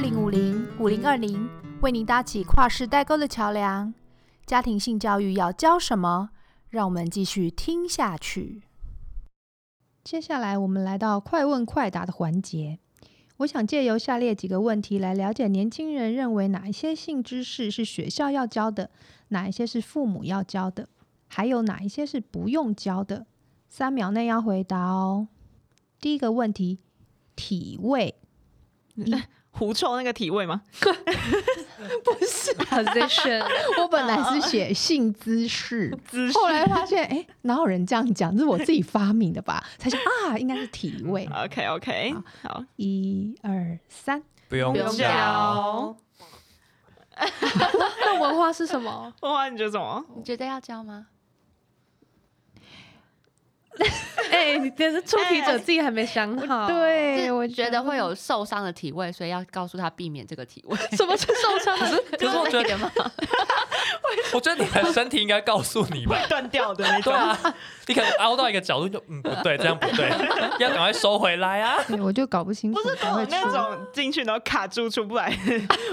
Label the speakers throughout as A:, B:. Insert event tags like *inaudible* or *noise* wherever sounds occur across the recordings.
A: 零五零五零二零，为您搭起跨世代沟的桥梁。家庭性教育要教什么？让我们继续听下去。接下来，我们来到快问快答的环节。我想借由下列几个问题来了解年轻人认为哪一些性知识是学校要教的，哪一些是父母要教的，还有哪一些是不用教的。三秒内要回答哦。第一个问题：体味。
B: 狐臭那个体味吗？
C: position，
A: *laughs* 我本来是写性姿势，
B: 姿势
A: 后来发现，哎、哪有人这样讲？这是我自己发明的吧？才想啊，应该是体味。
B: OK OK，好，
A: 一二三，
D: 不用
C: 不用
B: 教
D: 教，
C: 教。那文化是什么？
B: 花花你觉得什么？
E: 哦
C: 你觉得要教吗？
E: *laughs* 哎、你这是出题者自己还没想好。
A: 对，
C: 是
A: 我
C: 哎觉得会有受伤的体位，所以要告诉他避免这个体位。
E: *laughs* 什么是受伤的？
D: *laughs* 可是我觉得，我觉得你的身体应该告诉你
E: *laughs*
D: 吧。
B: 断掉的那
D: 对啊，你可能凹到一个角度就嗯不
E: *laughs*
D: 对，这样不对，要赶快收回来啊！
A: 对，我就搞不清楚
B: 不是都
A: 才
B: 有
A: 会出。
B: 那种进去然后卡住出不来 *laughs*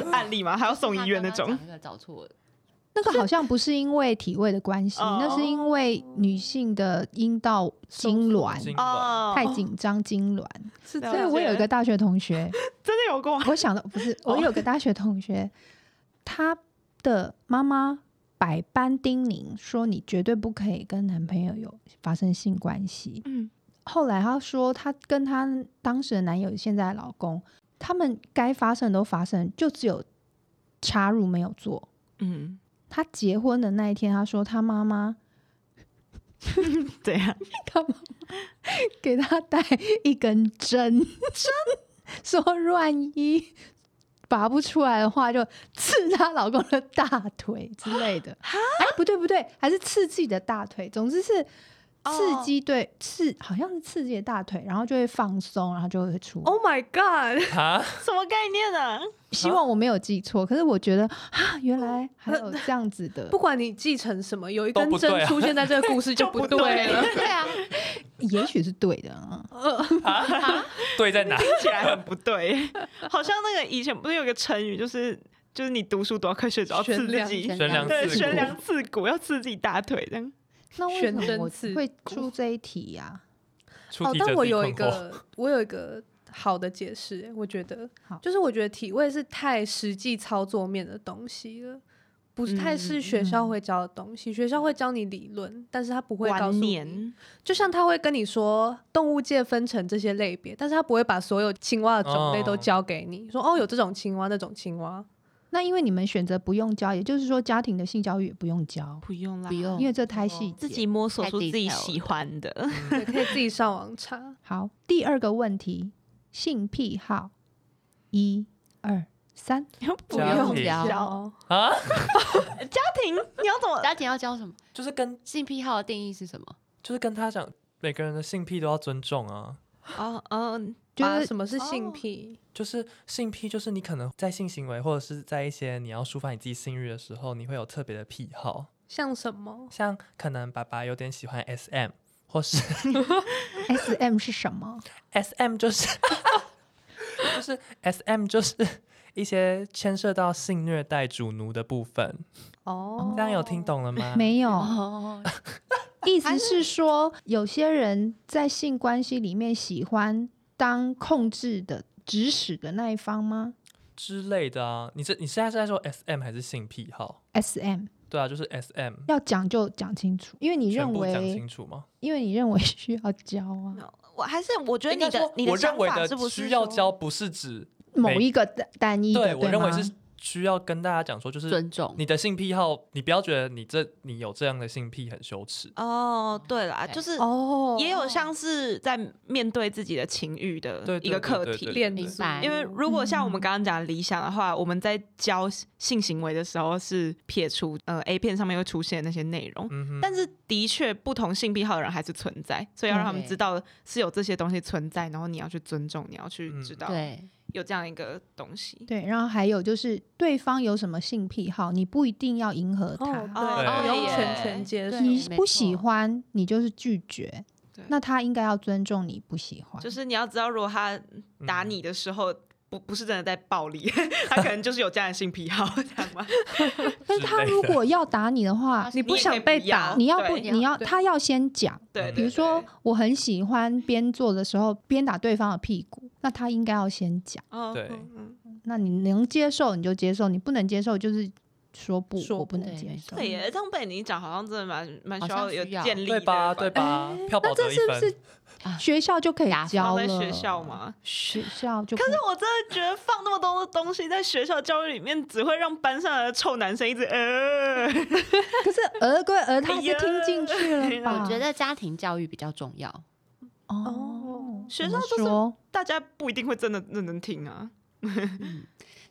B: 的案例吗？还要送医院那种？
C: 那个找错了，
A: 那个好像不是因为体味的关系，
B: 哦
A: 那是因为女性的阴道痉挛
D: 精
B: 哦，
A: 太紧张，痉挛。
E: 是
B: 了
A: 所以我有一
B: 解
A: 个大学同学，
B: 真的有过吗？
A: 我想的不是，我有个大学同学，她的妈妈百般叮咛说，你绝对不可以跟男朋友有发生性关系。
B: 嗯，
A: 后来她说，她跟她当时的男友，现在的老公，他们该发生的都发生，就只有插入没有做。
B: 嗯，
A: 她结婚的那一天，她说她妈妈
B: 对啊，
A: *laughs* 给她带一根针，针说万一拔不出来的话，就刺她老公的大腿之类的。哎，不对不对，还是刺自己的大腿，总之是刺激对、刺，好像是刺激的大腿，然后就会放松，然后就会出。
E: Oh my god！
D: 啊，
B: 什么概念啊？
A: 希望我没有记错，可是我觉得啊，原来还有这样子的
E: 不，管你继承什么，有一
D: 都
E: 根
D: 不对
E: 针
D: 啊
E: 出现在这个故事就不
B: 就不对
E: 对了。
C: 对啊，
A: 也许是对的啊。
D: 对在哪？
B: 听起来很不对，好像那个以前不是有个成语，就是就是你读书读到快睡着，刺
E: 悬
B: 自
E: 梁
B: 己，
D: 悬梁
B: 对，
D: 刺
B: 悬
D: 骨
B: 梁刺股，要刺自己大腿这样。
A: 那为什
E: 悬
A: 么
E: 针
A: 我
E: 刺
A: 会
E: 骨
A: 出这一题呀、
D: 出题者
E: 哦但我
D: 自己
E: 有一
D: 困惑。
E: 个，我有一个好的解释、欸我觉得
A: 好，
E: 就是我觉得体位是太实际操作面的东西了。不是太是学校会教的东西，学校会教你理论，但是他不会告诉
B: 晚
E: 你。
B: 年
E: 就像他会跟你说动物界分成这些类别，但是他不会把所有青蛙的种类都
D: 哦
E: 教给你，说哦有这种青蛙那种青蛙， *laughs*
A: 那因为你们选择不用教，也就是说家庭的性教育也不用教，
B: 不用啦
C: 不用
A: 因为这太细节。
D: 哦
B: 自己摸索
C: 太
B: 出自己
C: detail
B: 喜欢 *laughs* 的。
E: 对，可以自己上网查。
A: 好，第二个问题，性癖好，一二三，
B: 不
D: 家
B: 用
D: 庭
C: 教
B: 教
D: 啊，
B: 家庭，你要怎么？
C: 家庭要教什么？
D: 就是跟
C: 性癖好的定义是什么？
D: 就是跟他讲，每个人的性癖都要尊重啊。
B: *laughs* 哦哦，
A: 就
E: 啊
A: 是
E: 什么是
B: 哦
E: 性癖？
D: 就是性癖，就是你可能在性行为或者是在一些你要抒发你自己性欲的时候，你会有特别的癖好，
E: 像什么？
D: 像可能爸爸有点喜欢 SM，或是
A: S M 是什么？
D: SM 就是 *laughs* 就是 SM 就是一些牵涉到性虐待主奴的部分。
E: 哦，
D: 这样有听懂了吗？
A: 没有，
C: 哦，
A: 意思是说有些人在性关系里面喜欢当控制的、指使的那一方吗
D: 之类的啊。你这你现在是在说 SM 还是性癖好？
A: ？S M
D: 对啊，就是 SM。
A: 要讲就讲清楚，因为你
D: 全
A: 认
D: 部讲
A: 为
D: 清，楚吗？
A: 因为你认为 *laughs* 需要教啊，
B: 我还是我觉得
D: 应该
B: 你的
D: 说
B: 你的
D: 我认
B: 想
D: 为
B: 法是不
D: 的
B: 是
D: 需要
B: 说
D: 教，不是指
A: 某
D: 每
A: 一个单单一的，对
D: 我认为
A: 吗
D: 是需要跟大家讲说，就是
C: 尊重。
D: 你的性癖好，你不要觉得你这你有这样的性癖很羞耻。
B: 哦，对啦，
C: 对
B: 就是
E: 哦，
B: 也有像是在面对自己的情欲的
D: 对
B: 一个
D: 对对
B: 课
D: 对
B: 题
D: 对。
E: 脸
C: 明
E: 书
C: 白哦
B: 因为如果像我们刚刚讲的理想的话，我们在教性行为的时候是撇除呃 A 片上面会出现的那些内容，
D: 嗯哼，
B: 但是的确不同性癖好的人还是存在，所以要让他们
C: 对
B: 知道是有这些东西存在，然后你要去尊重，你要去
D: 嗯
B: 知道
C: 对，
B: 有这样一个东西。
A: 对，然后还有就是对方有什么性癖好，你不一定要迎合他，
E: 哦，
B: 哦
E: 对，不用
D: 对
E: 全权接受
C: 对。
A: 你
C: 没
A: 不喜
C: 错
A: 欢你就是拒绝
B: 对，
A: 那他应该要尊重你不喜欢。
D: 嗯
B: 就是你要知道，如果他打你的时候，不不是真的在暴力， *laughs* 他可能就是有家人性癖好，这样吗？
A: 但是他如果要打你的话
C: 之类，
E: 你
B: 你
E: 不
B: 也可
E: 想
B: 以
E: 被
B: 不要
E: 打，
A: 你要不
B: 对
A: 你要
E: 对
A: 他要先讲，
B: 对，
A: 比如说我很喜欢边做的时候边打对方的屁股，那他应该要先讲。
B: 嗯
D: 对
E: 嗯嗯，
A: 那你能接受你就接受，你不能接受就是说不，
E: 说
A: 我不
E: 不
A: 能
C: 对
A: 接
C: 没
A: 受。
B: 对耶，这样被你讲好像真的蛮蛮
C: 好
B: 需要
C: 像
B: 有
C: 需要
B: 建立
D: 对
B: 的
D: 吧？
B: 观
D: 对吧？
A: 哎那
D: 票保
A: 这
D: 得一
A: 是不
D: 分
A: 是，学校就可以
C: 打分
A: 教
B: 放
A: 了？
B: 在学校？嘛。
A: 学校就
B: 可
A: 可以
B: 是 *laughs* 我真的觉得放那么多的东西在学校教育里面，只会让班上的臭男生一直呃，
A: 可是儿归儿，他还是
B: 哎呀
A: 听进去了吧？
C: 我觉得家庭教育比较重要。
A: 哦，
B: 学
A: 怎么
B: 校就是
A: 说
B: 大家不一定会真的认真听啊。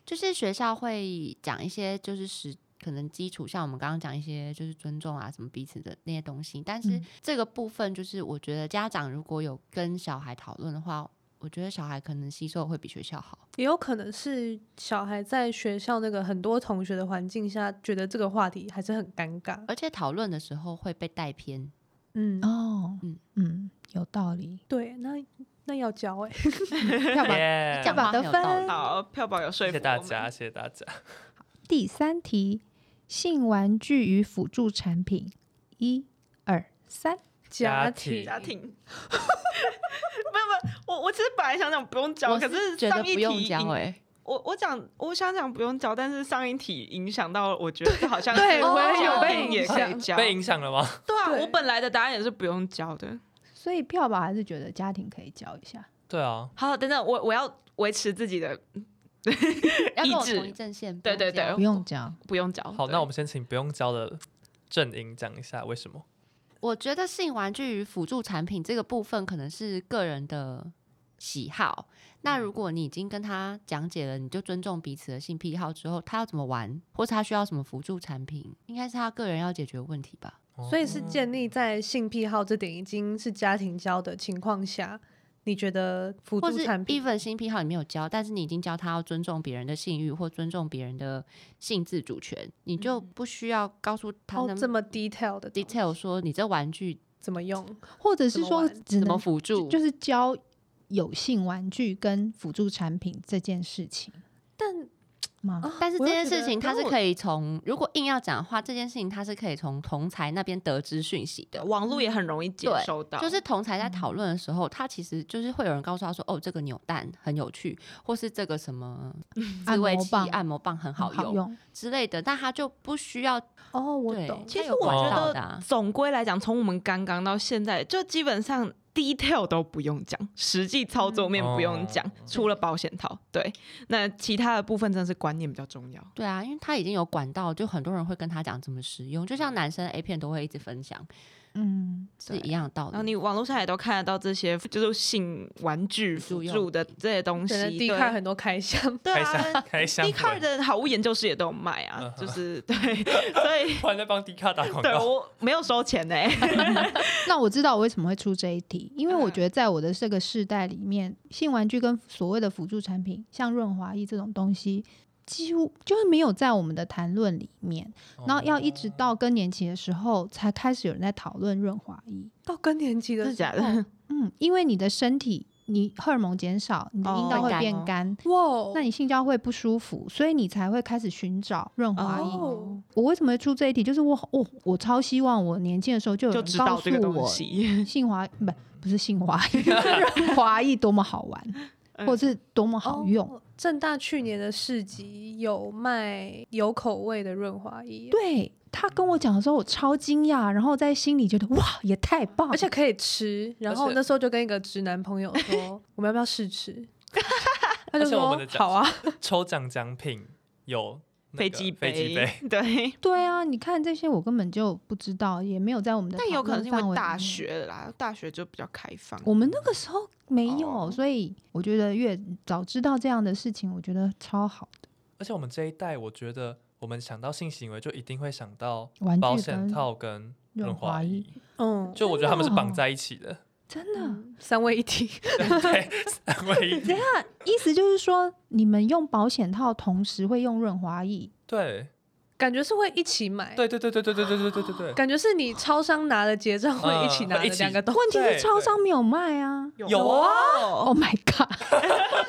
C: 就是学校会讲一些，就是实可能基础，像我们刚刚讲一些就是尊重啊，什么彼此的那些东西。但是
A: 嗯
C: 这个部分，就是我觉得家长如果有跟小孩讨论的话，我觉得小孩可能吸收会比学校好。
E: 也有可能是小孩在学校那个很多同学的环境下，觉得这个话题还是很尴尬。
C: 而且讨论的时候会被带偏，
E: 嗯，，
A: 哦，嗯
C: 嗯
A: 嗯，有道理
E: 对，那那要教哎、
A: 要把
B: 嗯
D: 耶
A: 要
C: 讲
A: 把
C: 话
A: 得
C: 很有道理
A: 分。
B: 好，票宝有说
D: 嗯谢
B: 服
D: 谢大
B: 我们
D: 家，谢谢大家。
A: 第三题，性玩具与辅助产品，一二三，
D: 家
E: 庭，
D: 庭
B: 家庭。没 *laughs* 有没有，我我其实本来想讲不用教，
C: 我
B: 可是
C: 觉得
B: 上一
C: 不
B: 题
C: 用教
B: 影
C: 哎、
B: 我我讲我想讲不用教，但是上一题影响到我觉得好像
E: 对
B: 是
E: 我
C: 也有
B: 家
C: 被
B: 庭
E: 影
B: 也可以
E: 响
B: 教，
D: 被影响了
B: *laughs*
D: 吗？
B: 对啊，
E: 对
B: 我本来的答案也是不用教的。
A: 所以票宝还是觉得家庭可以教一下。
D: 对啊，
B: 好，等等，我我要维持自己的
C: 要跟我
B: 意志
C: 同一阵线。
B: 对
C: 不
B: 对
C: 用
B: 对
C: 教
A: 不用讲，
B: 不用教。
D: 好，
B: 对
D: 那我们先请不用教的阵营讲一下为什么？
C: 我觉得性玩具与辅助产品这个部分可能是个人的喜好。那如果你已经跟他讲解了，你就尊重彼此的性癖好之后，他要怎么玩，或是他需要什么辅助产品，应该是他个人要解决的问题吧。
D: 哦
E: 所以
B: 嗯
E: 是建
C: 嗯
E: 立在性癖好这点已经是家庭教的情况下，你觉得辅
C: 或
E: 助
C: 是
E: 产品
C: even 性癖好你没有教，但是你已经教他要尊重别人的性欲或尊重别人的性自主权，你就不需要告诉他
E: 哦
C: 那
E: 这
C: 么
E: 么 detail 的东
C: detail
E: 西
C: 说你这玩具
E: 怎么用？
A: 或者是
E: 怎么
A: 说
E: 玩
A: 只
C: 怎么
A: 能
C: 辅
A: 就
C: 助，
A: 就是教有性玩具跟辅助产品这件事情
E: 但
A: 吗？
E: 啊
C: 但是
E: 我
C: 这件
E: 又觉
C: 事
E: 得
C: 情，它
B: 可
C: 是
B: 我
C: 可以从如果硬要讲的话，这件事情它是可以从同才那边得知讯息的。
B: 网络也很容易接
C: 对
B: 收到，
C: 就是同才在讨论的时候，他其实就是会有人告诉他说：“哦，这个扭蛋很有趣，或是这个什么自
A: 按
C: 慰
A: 摩
C: 器、
A: 棒
C: 按摩棒很
A: 很好
C: 好用
A: 用，
C: 之类的。”但他就不需要
E: 哦，我
C: 对
E: 懂，
B: 其
C: 他
B: 实
C: 有
B: 我
C: 管
B: 觉
C: 道的啊
B: 得，总归来讲，从我们刚刚到现在，就基本上 detail 都不用讲，实际操作面不用讲，
D: 哦
B: 除了保险套。对，那其他的部分真的是观念比较重要。
C: 对啊，因为他已经有管道，就很多人会跟他讲怎么使用，就像男生 A 片都会一直分享，
A: 嗯，
C: 是一样的道
B: 然后
C: 理。
B: 你网络上也都看得到这些，就是性玩具辅助的这些东西
E: 可能。
B: 对
E: d c a r 很多开箱，
B: 对
D: 开箱
B: 啊
D: 开箱
B: ，D 卡
D: 文，
B: 的好物研究室也都有卖啊
D: 嗯，
B: 就
D: 哼 *laughs*
B: 是对，所以
D: 突然在帮迪卡打广
B: 对
D: 告。
B: 我没有收钱呢、
A: 那我知道我为什么会出这一题，因为我觉得在我的这个世代里面，性玩具跟所谓的辅助产品，像润滑液这种东西，几乎就是没有在我们的谈论里面。
D: 哦
A: 然后要一直到更年期的时候，才开始有人在讨论润滑液。
E: 到更年期
B: 真
E: 的
B: 的
E: 时
B: 假 *laughs* 的？
A: 嗯，因为你的身体，你荷尔蒙减少，你的阴道
B: 哦
A: 会
C: 干
A: 变
B: 哦
A: 干，
E: 候哇，
A: 那你性交会不舒服，所以你才会开始寻找润滑液。
E: 哦
A: 我为什么会出这一题？就是我我我超希望我年轻的时候就有
B: 就
A: 人
B: 知
A: 告
B: 道
A: 诉
B: 这个东
A: 我
B: 西，
A: 性滑不不是性
B: *laughs*
A: 滑液，润滑液多么好玩，
B: 嗯
A: 或者是多么好用。
E: 哦正大去年的市集有卖有口味的润滑液，
A: 对他跟我讲的时候，我超惊讶，然后在心里觉得哇，也太棒了！
E: 而且可以吃。然
D: 而
E: 后
D: 且
E: 那时候就跟一个直男朋友
D: *laughs*
E: 说，我们要不要试吃？他就
D: 而且我
E: 说
D: 们的奖
E: 好啊，
D: *laughs* 抽奖奖品有那
B: 嗯飞
D: 个
B: 机
D: 飞机杯，
B: 对，
A: 对啊，你看这些我根本就不知道，也没有在我们的
B: 但有
A: 讨
B: 可能
A: 论
B: 是因
A: 范围里
B: 为大
A: 面
B: 学啦，大学就比较开放。
A: 我们那个时候没有，
B: 哦
A: 所以我觉得越早知道这样的事情，我觉得超好的。
D: 而且我们这一代，我觉得我们想到性行为就一定会想到
A: 玩
D: 保
A: 具
D: 险
A: 跟
D: 套跟
A: 润
D: 润
A: 滑
D: 滑
A: 液
D: 液，
E: 嗯，
D: 就我觉得他们是
A: 真的哦
D: 绑在一起的。
B: *laughs*
A: 真的，
E: 嗯三位一体，
D: 唯一
A: 等一下意思就是说，你们用保险套同时会用润滑液，
D: 对
E: 感觉是会一起买，
D: 对对对对对对对对对对对，
E: 感觉是你超商拿的结账会一起
D: 嗯
E: 拿的
D: 会一起
E: 两个东西。
A: 问题
D: 对
B: 哦
A: 是超商没有卖啊。
D: 有啊
A: ，Oh my god！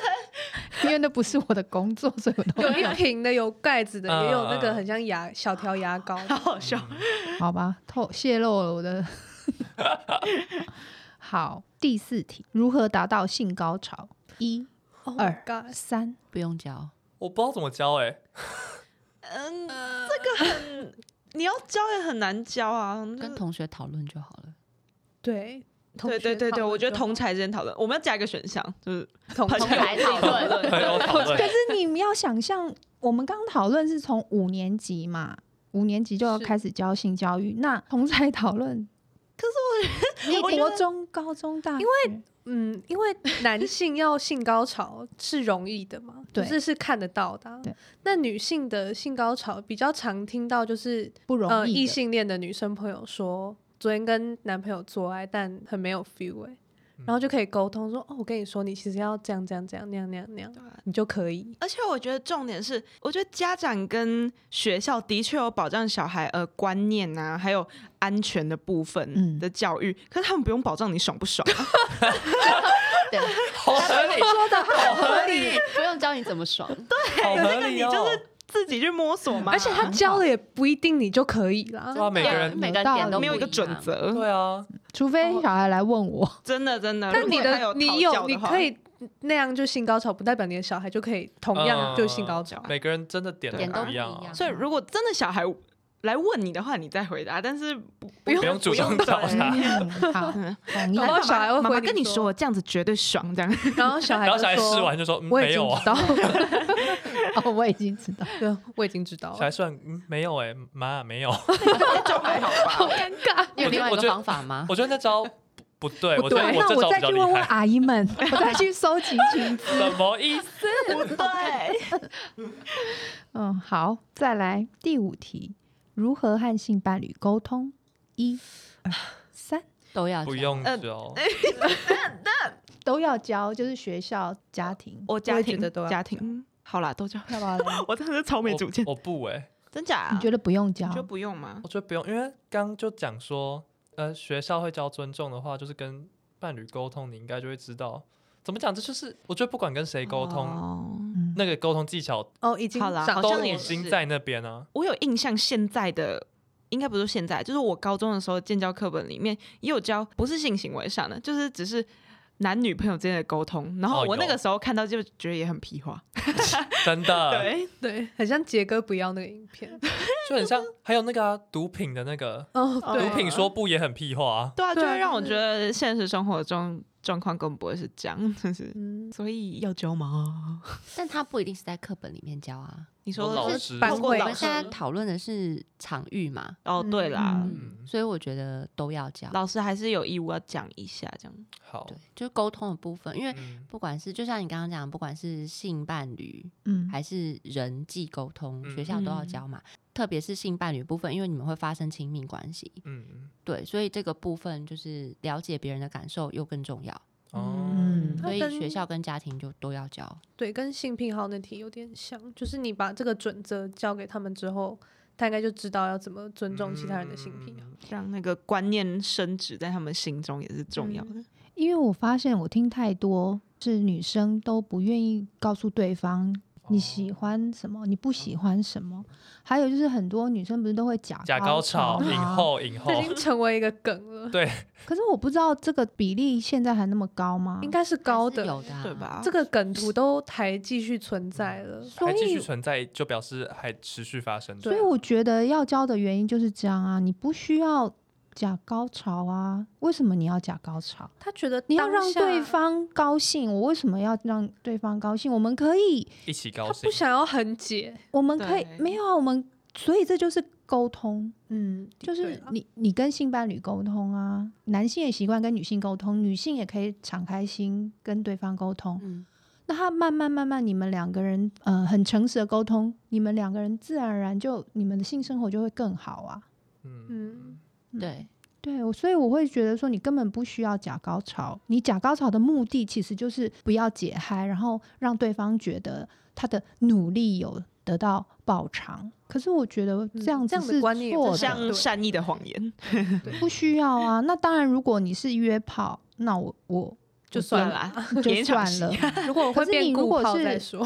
A: *laughs* 因为那不是我的工作，所以我都
E: 有一瓶的，有盖子的，
D: 嗯
E: 也有
D: 嗯
E: 那个很像牙小条牙膏的。
B: 好笑。
A: 好吧，透泄露了我
D: *laughs*
A: 的。 *laughs* 好，第四题，如何达到性高潮？一、
E: Oh
A: 二
E: my god！
A: 三，
C: 不用教，
D: 我不知道怎么教哎、
B: 嗯，这个很，你要教也很难教啊。就是
C: 跟同学讨论就好了。
E: 对，
B: 对对对对，我觉得同
E: 同
B: 才之间讨论，我们要加一个选项，就是
E: 同
B: 朋友
C: 才
B: *laughs*
C: 讨论
B: 自己
D: 朋友讨
A: 可
D: 论，
A: 是你们要想象，我们刚讨论是从五年级嘛，五年级就要
E: 是
A: 开始教性教育。那同才讨论，可是我你
B: 觉得
A: 国中、高中、大学，因为
E: 嗯，因为
B: *laughs*
E: 男性要性高潮是容易的嘛，就
A: 对
E: 是是看得到的、啊
A: 对。
E: 那女性的性高潮比较常听到就是
A: 不容易的、
E: 呃异性恋的女生朋友说，昨天跟男朋友做爱，但很没有 feel 哎、
D: 嗯
E: 然后就可以沟通说，哦，我跟你说，你其实要这样这样这样那样那样那样，
B: 啊
E: 你就
B: *laughs*
E: 可以。
B: 而且我觉得重点是，我觉得家长跟学校的确有保障小孩呃观念啊，还有安全的部分
A: 嗯
B: 的教育，可是他们不用保障你爽不爽啊、 *laughs*
C: 对，
D: 好合理，
E: 说的好哦合理，
C: *laughs* 不用教你怎么爽。
D: 好合理
B: 这
D: 哦
B: 个你。自己去摸索嘛。
E: 而且他教了也不一定你就可以啦。
B: 啊
D: 哇每个人
C: 真的每个人点都
B: 没有一个
C: 不样
B: 准，则，
D: 对啊，
A: 除非小孩来问我，
B: 真的真的。
E: 但
B: 如
E: 你
B: 果他有
E: 的你
B: 讨教
E: 有
B: 的
E: 你
B: 话
E: 可以那样就性高潮，不代表你的小孩就可以同样就性
B: 嗯
E: 高潮。
D: 每个人真的点
B: 点都
D: 不
B: 不
D: 一
B: 一
D: 样
C: 样
D: 啊，
B: 所以如果真的小孩来问你的话，你再回答，但是不不
D: 不用主动
B: 对
D: 找他。
A: 嗯好，
B: 嗯
A: 同意
B: *laughs*
E: 搞。不好小孩会回
B: 妈妈跟
E: 你
B: 你
E: 说
B: 说，我这样子绝对爽，这样。
E: 然后小孩
D: 然
E: 就
D: 后小孩
E: 说
D: 试完就说嗯
E: 我已
D: 没
E: 经
D: 有啊
E: 知， *laughs* 道，
A: 哦，我已经知道。
E: 对，我已经知道
D: 小
E: 了。
D: 孩试完嗯没有哎，妈没有， *laughs*
B: 就还好吧。
E: 尴尬，
C: 有另外一
D: 我
C: 个
D: 觉得
C: 方法吗？
D: 我觉得那招不不对，我
A: 不
D: 觉
A: 对
D: 得，我
A: 那
D: 这
A: 我
D: 招
A: 再
D: 比较
A: 去
D: 厉
A: 问问
D: 害，
A: 阿姨们，我再去收集情
D: *laughs*
A: 资。
D: 什么意思？
B: 对，
A: *laughs* 嗯，好，再来第五题，如何和性伴侣沟通？一、二、三，
C: 都要
D: 不
C: 教
D: 用
B: 呃
D: 教，
A: 都要教，就是学校、家庭，
B: 我
E: 我
B: 家
E: 也觉
B: 庭
E: 得都要
B: 家庭嗯好啦，都教。
A: 要不要？
B: *laughs* 我真的是超没
D: 我
B: 主见，
D: 我不哎，
B: 哦真假啊？
A: 你觉得不用教
B: 你？就不用吗
D: 我？觉得不用，因为刚就讲说，呃，学校会教尊重的话，就是跟伴侣沟通，你应该就会知道怎么讲。这就是我觉得不管跟谁沟通，
B: 通。
A: 嗯，
D: 那个沟通技巧
E: 哦，已经
B: 好啦
E: 长
B: 哦好像
D: 都
B: 也
D: 已
B: 是
D: 经在那边啊。
B: 我有印象，现在的应该不是现在，就是我高中的时候，建教课本里面也有教，不是性行为上的，就是只是。男女朋友之间的沟通，然后
D: 哦
B: 我那
D: 有
B: 个时候看到就觉得也很皮话，
D: 真
B: *laughs*
D: 的，
B: 对，
E: 对，很像杰哥不要那个影 *laughs* 片。
D: 就很像还有那个啊、毒品的那个
E: 哦，
B: 哦
D: 毒
E: 对，
D: 品说不也很屁话啊？
B: 对啊，就
E: 对啊
B: 会让我
E: 就
B: 觉
E: 是
B: 得现实生活中状况根本不会是这样，就是
E: 嗯，
B: 所以要教吗？
C: 但他不一定是在课本里面教啊。
B: 你说
D: 老
B: 是
D: 师
B: 透
E: 班
B: 过
E: 会
C: 我
B: 老
C: 们
B: 师
C: 现在讨论的是场域嘛，
B: 哦，对啦，
A: 嗯
D: 嗯，
C: 所以我觉得都要教。
B: 老师还是有义务要讲一下这样。
D: 好
C: 对，，就是沟通的部分，因为
D: 嗯
C: 不管是就像你刚刚讲，不管是性伴侣
A: 嗯，
C: 还是人际沟通，
D: 嗯
C: 学校都要教嘛。特别是性伴侣部分，因为你们会发生亲密关系，
D: 嗯，
C: 对，所以这个部分就是了解别人的感受又更重要。
D: 哦，
A: 嗯
E: 那
C: 所以
E: 跟
C: 学校跟家庭就都要教。
E: 对，跟性癖好那题有点像，就是你把这个准则交给他们之后，他应该就知道要怎么尊重其他人的性癖
D: 嗯
E: 好。
B: 让那个观念升值在他们心中也是重要的。
E: 嗯
A: 因为我发现我听太多是女生都不愿意告诉对方你喜欢什么，你不喜欢什么。还有就是很多女生不是都会假
D: 假高
A: 高
D: 潮，
A: 吗
D: 影后，影后
E: 这已，经成为一个梗 *laughs* 了，
D: 对，
A: 可是我不知道这个比例现在还那么高吗？
E: 应该是高
C: 还是
E: 的。
C: 有的、啊，
B: 对？吧？
E: 这个梗图都还继续存在了，
D: 还继续
A: 所以
D: 存在，就表示还持续发生
E: 对
A: 所以我觉得要教的原因就是这样啊，你不需要假高潮啊，为什么你要假高潮？
E: 他觉得
A: 你要
E: 当
A: 让对
E: 下
A: 方高兴，我为什么要让对方高兴？我们可以，
D: 一起
E: 他
D: 高兴
E: 不。想要很解，
A: 我们可以
B: 对
A: 没有啊，我们所以这就是沟通，
E: 嗯，
A: 就是你你跟性伴侣沟通啊，男性也习惯跟女性沟通，女性也可以敞开心跟对方沟通。
C: 嗯，
A: 那他慢慢慢慢，你们两个人呃很诚实的沟通，你们两个人自然而然就你们的性生活就会更好啊。
D: 嗯
E: 嗯，
A: 嗯
C: 对，
A: 对，我所以我会觉得说，你根本不需要假高潮。你假高潮的目的其实就是不要解嗨，然后让对方觉得他的努力有得到报偿。可是我觉得这样
E: 嗯这
A: 子
E: 样的
A: 是
E: 观念也
A: 错
E: 不
A: 的，
E: 像
B: 像善意的谎言，
E: *laughs*
A: 不需要啊。那当然，如果你是约炮，那我我
E: 就
B: 算
E: 算
B: 了
E: 了。
B: 啊，
A: 就
B: 演一场
A: 算
B: 戏
A: 了。
E: *laughs* 如果我
A: 可
E: 会
A: 是
E: 变
A: 你如
E: 固
A: 果
E: 炮
A: 是
E: 再说，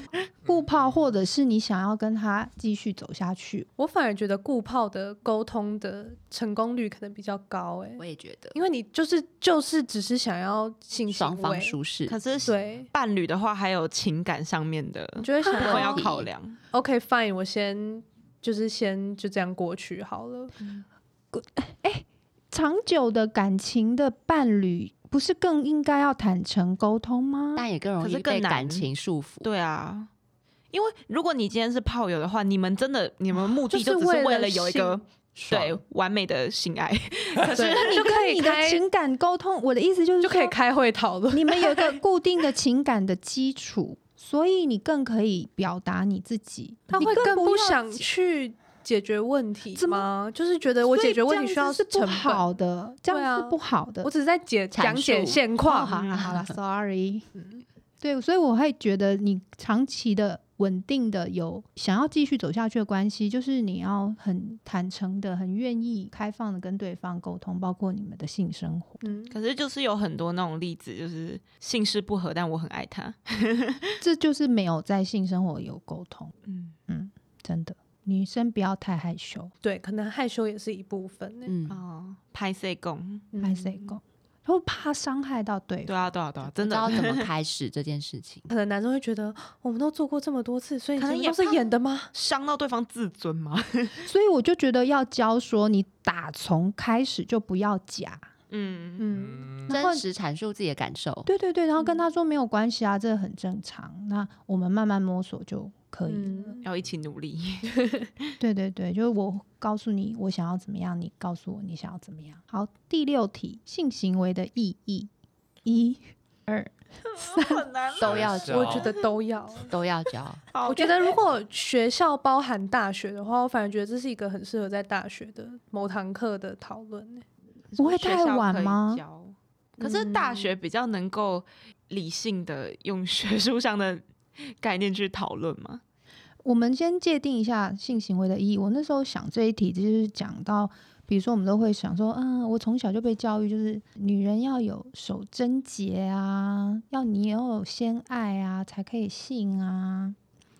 E: *laughs*
A: 互泡，或者是你想要跟他继续走下去，
E: 我反而觉得固炮的沟通的成功率可能比较高哎、
C: 我也觉得，
E: 因为你就是就是只是想要性行
C: 双方
E: 为
C: 舒适，
B: 可是
E: 对，
B: 伴侣的话，还有情感上面的
E: 你
A: *laughs*
E: 就会想
B: 部
E: 要
B: 分要考量。
E: OK fine，我先就是先就这样过去好了。
A: 长久的感情的伴侣，不是更应该要坦诚沟通吗？
C: 但也更
B: 嗯可
C: 容
B: 是
C: 易
B: 更
C: 被感
B: 难
C: 情束缚。
B: 对啊，因为如果你今天是炮友的话，你们真的你们目的
E: 就是
B: 就只是
E: 为
B: 为
E: 了
B: 了有一个
C: 爽
B: 对完美的性
E: *laughs*
B: 爱，可是
E: 对，就
A: 跟 *laughs*
E: 可
A: 你
E: 以
A: 的
E: 开
A: 情感沟通，我的意思就是
E: 就可以
A: 说
E: 开 *laughs* 会讨论。
A: 你们有一个固定的情感的基础，所以你更可以表达你自己。
E: 他
A: 你
E: 会更
A: 不
E: 不
A: 要
E: 想
A: 解
E: 去解决问题
A: 怎么
E: 吗？就是觉得我
A: 所
E: 解
A: 以
E: 决问题
A: 这
E: 需要
A: 样子是
E: 成
A: 不
E: 本，
A: 好的，这
E: 对
A: 样
E: 啊
A: 是不好的。
E: 我嗯只是在解
C: 阐
E: 讲解
C: 述
E: 现
A: 哦，
E: 况。
A: 好了好了
E: *laughs*
A: ，sorry。对，
E: 嗯
A: 所以我会觉得你长期的稳定的有想要继续走下去的关系，就是你要很坦诚的、很愿意开放的跟对方沟通，包括你们的性生活。
E: 嗯，
B: 可是就是有很多那种例子，就是性事不合，但我很爱他。
A: 这就是没有在性生活有沟通，
B: 嗯，
A: 嗯，真的，女生不要太害羞，
E: 对，可能害羞也是一部分欸呢。
C: 嗯，
B: 哦，拍 C 共，
E: 嗯。
A: 爱谁沟，然后怕伤害到对
B: 对
A: 方。
B: 啊，对啊，对啊，
C: 不
B: 真
C: 知
B: 的
C: 道
B: *laughs*
C: 怎么开始这件事情
E: 可能男生会觉得我们都做过这么多次，所以
B: 可
E: 你
B: 能
E: 们
B: 也
E: 都是
B: 怕
E: 演的吗？
B: 伤到对方自尊吗？
A: 所以我就觉得要教说，你打从开始就不要假。
B: *laughs* 嗯，
E: 嗯，
D: 嗯，
A: 然后
C: 真实阐述自己的感受，
A: 对对对，然后跟
E: 嗯
A: 他说没有关系啊，这很正常。那我们慢慢摸索就可以了。
E: 嗯
B: 要一起努力。
A: 对对对，就是我告诉你我想要怎么样，你告诉我你想要怎么样。好，第六题，性行为的意义，一、二，
B: *laughs* 很 *laughs* 难
C: 都要
D: 啊
C: 教，
E: 我觉得都要。
C: 都要
B: *laughs*
C: 教。
E: 我觉得如果学校包含大学的话，我反而觉得这是一个很适合在大学的某堂课的讨论呢。欸
A: 不会太晚吗？
B: 可是大学比较能够理性的用学术上的概念去讨论嘛。
A: 我们先界定一下性行为的意义。我那时候想这一题，就是讲到，比如说我们都会想说，嗯，我从小就被教育，就是女人要有守贞洁啊，要你要有先爱啊，才可以性啊，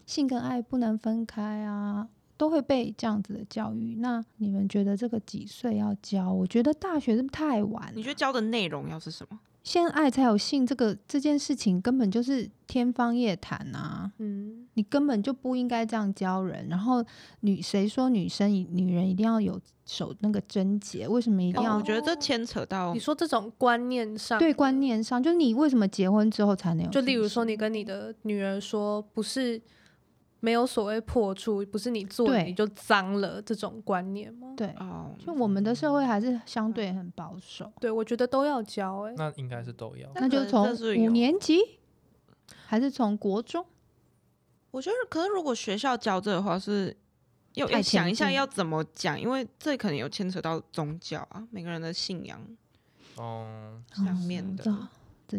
A: 性跟爱不能分开啊，都会被这样子的教育。那你们觉得这个几岁要教？我觉得大学是不是太晚
B: 你
A: 了，
B: 觉得教的内容要是什么？
A: 先爱才有性，这个这件事情根本就是天方夜谭啊。
E: 嗯，
A: 你根本就不应该这样教人。然后女谁说女生一女人一定要有守那个贞洁？为什么一定
B: 哦
A: 要、
B: 我觉得这牵扯到
E: 你说这种观念上，
A: 对观念上？就是你为什么结婚之后才能有？
E: 就例如说，你跟你的女儿说，不是没有所谓破处，不是你做了
A: 对
E: 你就脏了这种观念吗？
A: 对，
B: 哦，
A: 就我们的社会还是相对很保守，
E: 对，我觉得都要教哎、
D: 那应该是都要。
A: 那就
B: 可
A: 从
B: 能这是有
A: 五年级还是从国中？
B: 我觉得，可是如果学校教这的话是。要要
A: 太前
B: 想一下
A: 进
B: 要怎么讲，因为这可能有牵扯到宗教啊，每个人的信仰
D: 嗯，
B: 上面啊的。
A: 这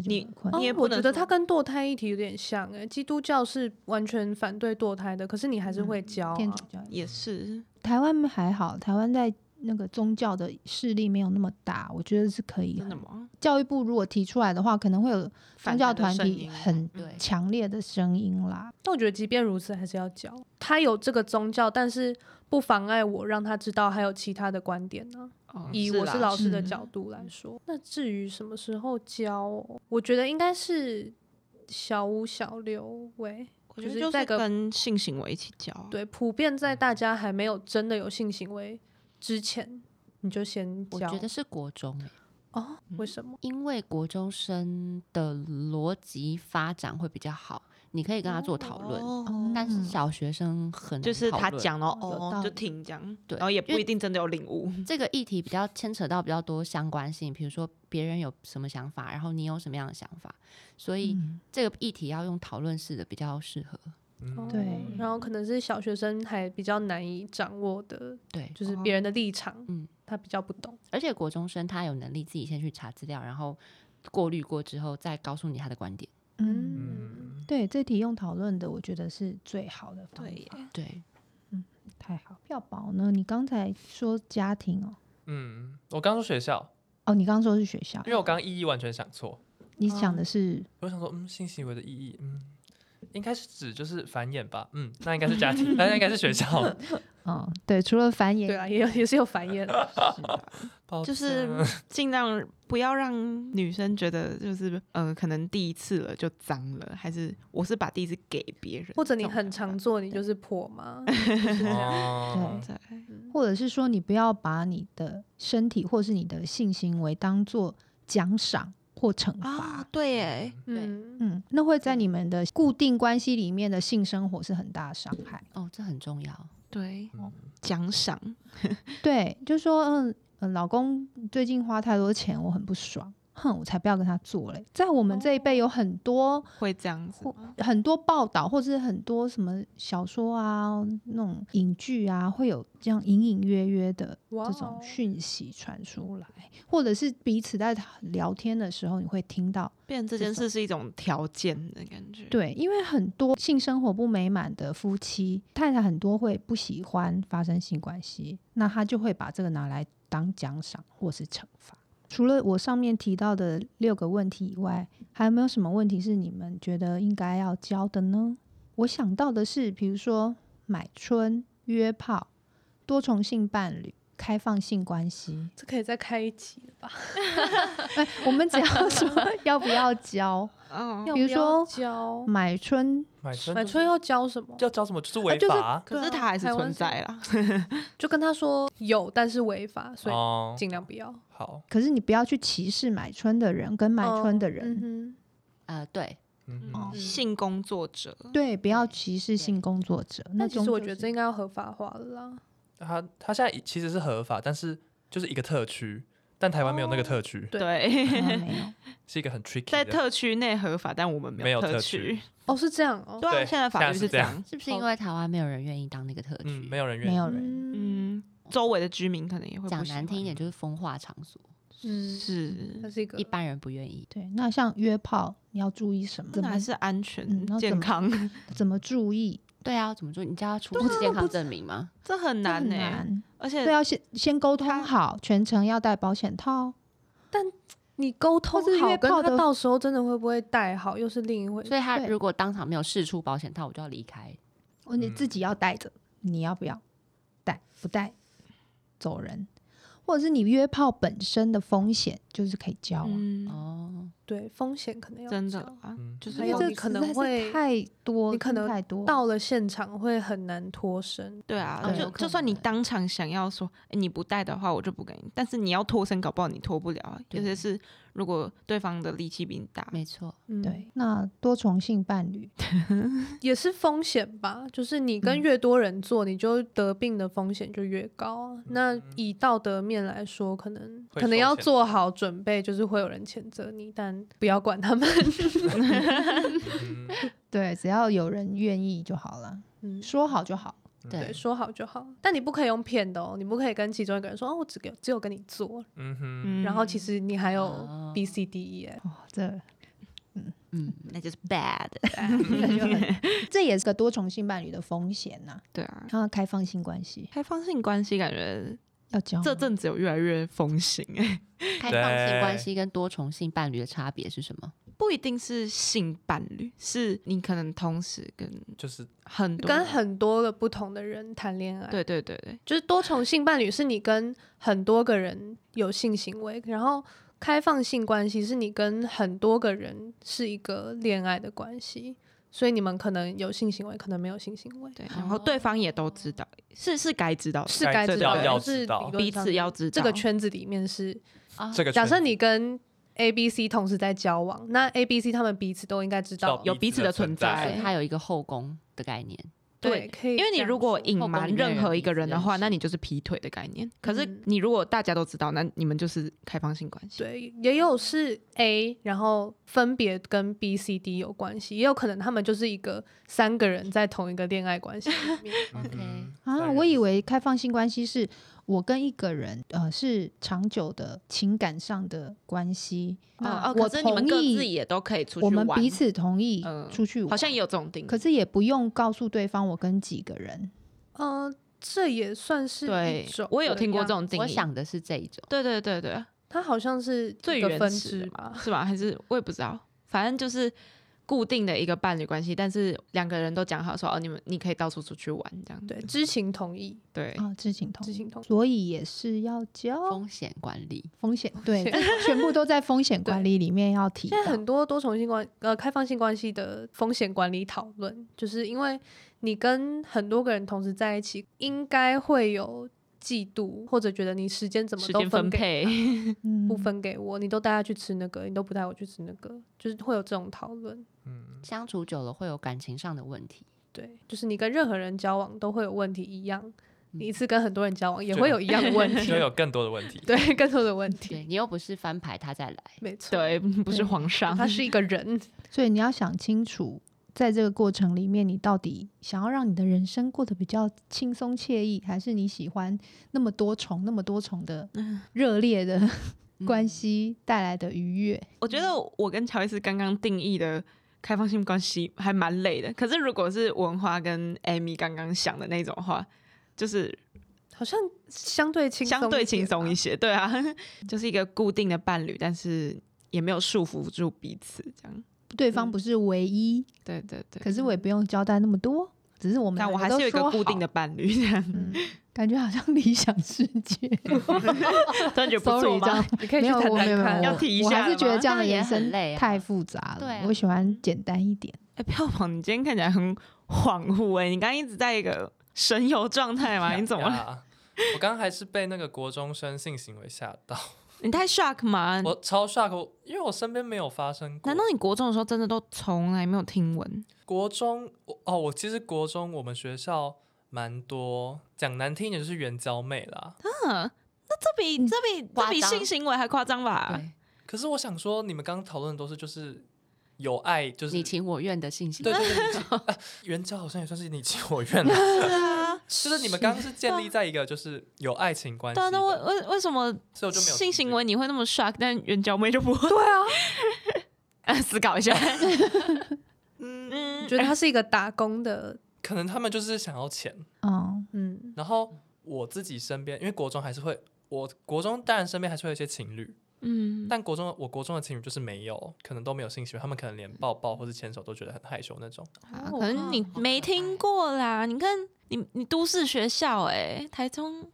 A: 这就
B: 你
A: 很困
E: 哦
A: 难
B: 你。也不
E: 我
B: 能
E: 觉得
B: 说
E: 它跟堕胎议题有点像哎、基督教是完全反对堕胎的，可是你还是
B: 嗯
E: 会教、
A: 嗯天
E: 啊
A: 主。教
B: 也是，
A: 台湾还好，台湾在那个宗教的势力没有那么大，我觉得是可以
B: 真。的吗？
A: 教育部如果提出来的话，可能会有
B: 反
A: 宗教
B: 弹
A: 团
B: 的声
A: 体
B: 音
A: 很
C: 对，
A: 强烈的声音啦。
E: 但我觉得即便如此，还是要教。他有这个宗教，但是不妨碍我让他知道还有其他的观点呢、
B: 哦
E: 以我
B: 啦
E: 是老师的
B: 是
E: 角度来说，那至于什么时候教哦，我觉得应该是小五、小六喂，
B: 我觉得
E: 就是
B: 就是
E: 在个
B: 跟性行为一起教啊，
E: 对，普遍在大家还没有真的有性行为之前，你就先
C: 我
E: 教。
C: 觉得是国中、欸，
E: 哦，
B: 嗯
E: 为什么？
C: 因为国中生的逻辑发展会比较好，你可以跟他做讨论。
B: 哦
C: 但是
A: 嗯
C: 小学生很难
B: 就是
C: 讨
B: 他
C: 论
B: 讲了
A: 有
B: 哦
A: 道，
B: 就
A: 理
B: 听这样，
C: 对
B: 然后也
C: 因
B: 不
C: 为
B: 一定真的有领悟，
C: 这个议题比较牵扯到比较多相关性，比如说别人有什么想法，然后你有什么样的想法，所以
A: 嗯，
C: 这个议题要用讨论式的比较适合。
E: 哦
D: 嗯，
A: 对
E: 然后可能是小学生还比较难以掌握的，
C: 对，
E: 就是别人的立场，
C: 嗯
E: 他比较不懂。
C: 而且国中生他有能力自己先去查资料，然后过滤过之后再告诉你他的观点。
A: 嗯，
D: 嗯，
A: 对，这题用讨论的，我觉得是最好的方
B: 对 *laughs*
A: 法。
C: 对，
A: 太好，票宝呢？你刚才说家庭哦，
D: 嗯，我刚说学校，
A: 哦，你刚刚说是学校
D: 因，为我刚刚意义完全想错，
A: 你想的是
D: 我想说，嗯，性行为的意义，嗯，应该是指就是繁衍吧，嗯，那应该是家庭，那应该是学校，
A: 嗯，对，除了繁
E: 对
A: 衍，
E: 啊，也有也是有繁衍的，
D: 抱
B: 就是
D: 歉
B: 尽量不要让女生觉得就是呃，可能第一次了就脏了，还是我是把第一次给别人，
E: 或者你
B: 这种
E: 很
B: 想
E: 常
B: 法
E: 做，你就是破嘛，就是这样
D: *laughs*
E: 嗯
D: 哦
B: 对，
A: 或者是说你不要把你的身体或是你的性行为当做奖赏或惩罚。
B: 啊，对耶，
E: 嗯，
A: 嗯，那会在你们的固定关系里面的性生活是很大的伤害。
C: 哦，这很重要。
B: 对
D: 嗯
B: 奖赏，
A: 对，就说嗯、呃老公最近花太多钱，我很不爽，哼，我才不要跟他做嘞。在我们这一辈
E: 哦
A: 有很多
B: 会这样子
A: 或
B: 吗，
A: 很多报道，或者是很多什么小说啊、那种影剧啊，会有这样隐隐约约的
E: 哇
A: 这种
E: 哦
A: 讯息传出来，或者是彼此在聊天的时候，你会听到。
B: 变成这
A: 这
B: 件
A: 种
B: 事是一种条件的感觉，，
A: 对，因为很多性生活不美满的夫妻，太太很多会不喜欢发生性关系，那他就会把这个拿来当奖赏或是惩罚。除了我上面提到的六个问题以外，还有没有什么问题是你们觉得应该要教的呢？我想到的是，比如说买春、约炮、多重性伴侣、开放性关系。 *laughs*
E: 这可以再开一集了吧？
A: 哎，我们只要说要不要教 *laughs*
B: 嗯，
E: 要
A: 比如
E: 不要
A: 说
E: 教
A: 买春，
D: 买春
E: 买
D: 就是
E: 春要教什么？
D: 要教什么？就是
E: 啊
D: 违
E: 就是
D: 法
B: 可
E: 对
B: 是
E: 啊
B: 它还是
E: 台湾
B: 存
E: 是
B: 在啦，
E: 就跟他说有，但是违法，所以
D: 哦。
E: 尽量不要。
D: 好，
A: 可是你不要去歧视买春的人跟买春的人，
E: 嗯
C: 呃，对，
D: 嗯
A: 哦
D: 哼，
B: 性工作者，
A: 对，不要
C: 对
A: 歧视性工作者。
E: 哼，那
A: 那
E: 其
A: 种
E: 实我
A: 就
E: 觉得
A: 是
E: 这应该要合法化了啦。
D: 他他现在已其实是合法，但是就是一个特区，但台湾没有那个特区，
E: 对
B: 对，
E: *laughs*
A: 啊没有，
D: 是一个很
B: *laughs*
D: tricky
B: 在
D: 的。
B: 特区内合法，但我们
D: 没有特
B: 特
D: 区
B: 区，
E: 哦，是这样哦。
B: 对啊，
D: 对
B: 现在法
D: 现在
B: 律
D: 是
B: 是
D: 这
B: 这
D: 样
B: 样，
C: 是不是因为台湾没有人愿意当那个特区？
D: 嗯，没有人愿
A: 没
D: 意。
A: 有人。
B: 嗯，周围的居民可能也会
C: 讲
B: 不喜
C: 难听一
B: 欢
C: 点就是风化场所，
E: 嗯，
B: 是
E: 它是一个
C: 一般人不愿意。
A: 对，那像约炮，你要注意什么？
B: 真
A: 怎
B: 的
A: 么
B: 还是安全、
A: 嗯那怎
B: 健
A: 么
B: 康，
A: 怎么注意？
C: 对啊，怎么做？你叫他出示健康证明吗？
B: 这很
A: 这
B: 难
A: 很
E: 欸
B: 呢、
A: 难。
B: 而且
A: 对，要先先沟通好，全程要戴保险套。
E: 你沟通
A: 是
E: 好，
A: 约
E: 跟
A: 炮
E: 他
A: 的
E: 到时候真的会不会带好，又是另一回事。
C: 所以他
A: 对
C: 如果当场没有试出保险套，我就要离开。
A: 哦你自
D: 嗯
A: 己要带着，你要不要带？不带，走人。或者是你约炮本身的风险，就是可以教啊。
B: 嗯，
C: 哦，
E: 对风险可能要
B: 真的
E: 知道
B: 啊，
D: 嗯
B: 就是
E: 还
A: 因
E: 有
A: 为这
E: 你可
A: 实
E: 能
A: 在是
E: 会
A: 太多，
E: 你可能
A: 太多
E: 到了现场会很难脱身。
B: 对啊，
C: 哦
B: 就
C: 有可
B: 就算你
C: 能
B: 当场想要说，哎、你不带的话，我就不给你，但是你要脱身，搞不好你脱不了啊。尤其
C: 对
B: 是如果对方的力气比你大，
C: 没错，
E: 嗯，
A: 对，那多重性伴侣，
E: 也是风险吧，就是你跟
A: 嗯
E: 越多人做，你就得病的风险就越高啊。那
D: 嗯
E: 以道德面来说，可能
D: 会
E: 可能
D: 受
E: 要
D: 谴
E: 做
D: 责
E: 好准备，就是会有人谴责你，但不要管他们。 *laughs*
D: 嗯
A: 对，只要有人愿意就好了，
E: 嗯，
A: 说好就好。
E: 对，
C: 对，
E: 说好就好，但你不可以用骗的哦，你不可以跟其中一个人说哦，我只给只有跟你做，
D: 嗯哼，
B: 嗯，
E: 然后其实你还有
C: 哦
E: B、C、D、E 哎，
A: 哦，
B: *laughs*
A: 这
C: 嗯，
B: 那就是 bad， *laughs*
E: 哎
A: 这就很这也是个多重性伴侣的风险呐、
B: 对啊。
A: 然后开放性关系
B: 开放性关系感觉
A: 要啊教吗
B: 这阵子有越来越风行哎、
C: 开放性关
D: 对
C: 系跟多重性伴侣的差别是什么？
B: 不一定是性伴侣，是你可能同时跟
D: 就是
B: 很多
E: 跟
B: 人
E: 很多个不同的人谈恋爱，
B: 对对对对，
E: 就是多重性伴侣是你跟很多个人有性行为，然后开放性关系是你跟很多个人是一个恋爱的关系，所以你们可能有性行为，可能没有性行为，
B: 对，然后对方也都知道，是是该知道的，
E: 是
D: 该
E: 该
D: 知
E: 知
D: 道
E: 道的，
D: 要
E: 就
D: 知
E: 是
D: 道
E: 理论
B: 彼
E: 上
B: 此要知道
E: 这个圈子里面是
C: 啊，
D: 这个圈子。
E: 假设你跟 A、B、C 同时在交往，那 A、B、C 他们彼此都应该知道
D: 知道
B: 有彼此的存
C: 所以
B: 在，
C: 它有一个后宫的概念。
E: 对，
B: 对。
E: 可以这
B: 因
E: 样说。
B: 为你如果隐
C: 后宫
B: 瞒
C: 里面的
B: 任
C: 人
B: 何一个
C: 彼此
B: 人的
C: 认
B: 话，
C: 识
B: 那你就是劈腿的概念。可是
E: 嗯
B: 你如果大家都知道，那你们就是开放性关系。
E: 对，也有是 A，然后分别跟 B、C、D 有关系，也有可能他们就是一个三个人在同一个恋
B: *laughs*
E: 爱关系里面。
D: 嗯
C: OK
D: 嗯
A: 啊，
D: 三
A: 我
D: 人
A: 以为开放性关系是我跟一个人呃是长久的情感上的关系，那
B: 哦，哦
A: 我
B: 可是你们
A: 啊同
B: 各自
A: 意，
B: 也都可以出去
A: 我
B: 玩，
A: 们彼此同意
B: 嗯
A: 出去玩，
B: 好像也有这种定义。
A: 可是也不用告诉对方我跟几个人，
E: 嗯、这也算是一
B: 对
E: 种，
B: 我有听过这
E: 样
B: 种定义。
C: 我想的是这一种，
B: 对对对对，
E: 它好像是
B: 最
E: 一个
B: 原
E: 分
B: 始
E: 支
B: 的
E: 吧？
B: 是吧？还是我也不知道，反正就是固定的一个伴侣关系，但是两个人都讲好说哦，你们你可以到处出去玩这样。
E: 对，知情同意，
B: 对，
A: 啊，知情同
E: 知
A: 意，
E: 情同意。
A: 所以也是要交
C: 风险管理，
A: 风险，
B: *laughs*
A: 对，
E: 险
A: 这全部都在风险管理里面要提到
E: 现。在很多多重性关呃开放性关系的风险管理讨论，就是因为你跟很多个人同时在一起，应该会有嫉妒或者觉得你时间怎么
B: 时
E: 都
B: 间分
E: 给
B: 配，
A: 嗯
E: 不分给我，你都带他去吃那个，你都不带我去吃那个，就是会有这种讨论。
D: 嗯，
C: 相处久了会有感情上的问题。
E: 对，就是你跟任何人交往都会有问题一样，
C: 嗯
E: 你一次跟很多人交往也
D: 就
E: 会有一样的问
B: *laughs*
E: 题
D: 就，有更多的问题。
E: *laughs* 对，更多的问
C: 对
E: 题，
C: 你又不是翻牌，他再来，
E: 没错，
B: 对，不是
A: 对
B: 皇上，
E: 他是一个人，
A: 所以你要想清楚，在这个过程里面，你到底想要让你的人生过得比较轻松惬意，还是你喜欢那么多重、那么多重的
B: 嗯
A: 热烈的
C: 嗯
A: 关系带来的愉悦？
B: 我觉得我跟乔伊斯刚刚定义的开放性关系还蛮累的，可是如果是文花跟 Amy 刚刚想的那种话，就是
E: 好像相对轻松，
B: 相对轻松一。些，对啊， *laughs* 就是一个固定的伴侣，但是也没有束缚住彼此，这样，
A: 对方
E: 嗯
A: 不是唯一，
B: 对对对。
A: 可是我也不用交代那么多，只是我们
B: 嗯但我
A: 两
B: 还
A: 个
B: 是有一
A: 都说
B: 个固定的
A: 好，
B: 伴侣，这样
A: 嗯，感觉好像理想世界。
B: 啊 *laughs* 突然觉得不
A: Sorry，
B: 错
A: 这样
B: 吗？
E: *laughs* 你可以
A: 没
E: 去
A: 有，
E: 谈
A: 我没有，
E: 谈
A: 没有
E: 看，
B: 要
A: 我
B: 提一
A: 我
B: 下
A: 还是觉
B: 了
A: 得
B: 吗
A: 这样的
C: 这样也
A: 人
C: 很
A: 生
C: 累啊
A: 太复杂了，
C: 对啊
A: 我喜
B: 嗯
A: 欢简单一点。
B: 哎、票房，你今天看起来很恍惚哎、你刚刚一直在一个神游状态 *laughs* 吗？你怎么了？
D: 呀我刚刚还是被那个国中生性行为吓到，
B: 你太 shock 吗？
D: *laughs* 我超 shock，我因为我身边没有发生
B: 嗯
D: 过。
B: 难道你国中的时候真的都从来没有听闻？
D: 国中我哦，我其实国中我们学校蛮多，讲难听一点就是援交妹啦。
B: 嗯，那这比这比这
C: 夸
B: 比
C: 张
B: 性行为还夸张吧？
C: 对，
D: 可是我想说，你们刚刚讨论的都是就是有爱，就是
C: 你情我愿的性行
D: 对
C: 为，
D: 对
B: *laughs*
D: 对，你情
B: 哦
D: 啊援交好像也算是你情我愿的，
B: 对 *laughs* 啊，
D: 就是你们刚刚是建立在一个就是有爱情关系
B: 对啊，
D: 的，
B: 那为为为什么
D: 所以我就没有
B: 性
D: 兴
B: 行
D: 趣
B: 为你会那么 shock，但援交妹就不会？对 *laughs* 啊，思考一 *laughs* 下。嗯
E: 觉得他是一个打工的，
D: 可能他们就是想要钱，
A: 嗯，
E: 嗯，
D: 然后我自己身边，因为国中还是会，我国中当然身边还是会有一些情侣，
B: 嗯，
D: 但国中我国中的情侣就是没有，可能都没有性行为，他们可能连抱抱或是牵手都觉得很害羞那种。 *laughs*
B: 啊可能你没听过啦。你看，你你都市学校哎，台中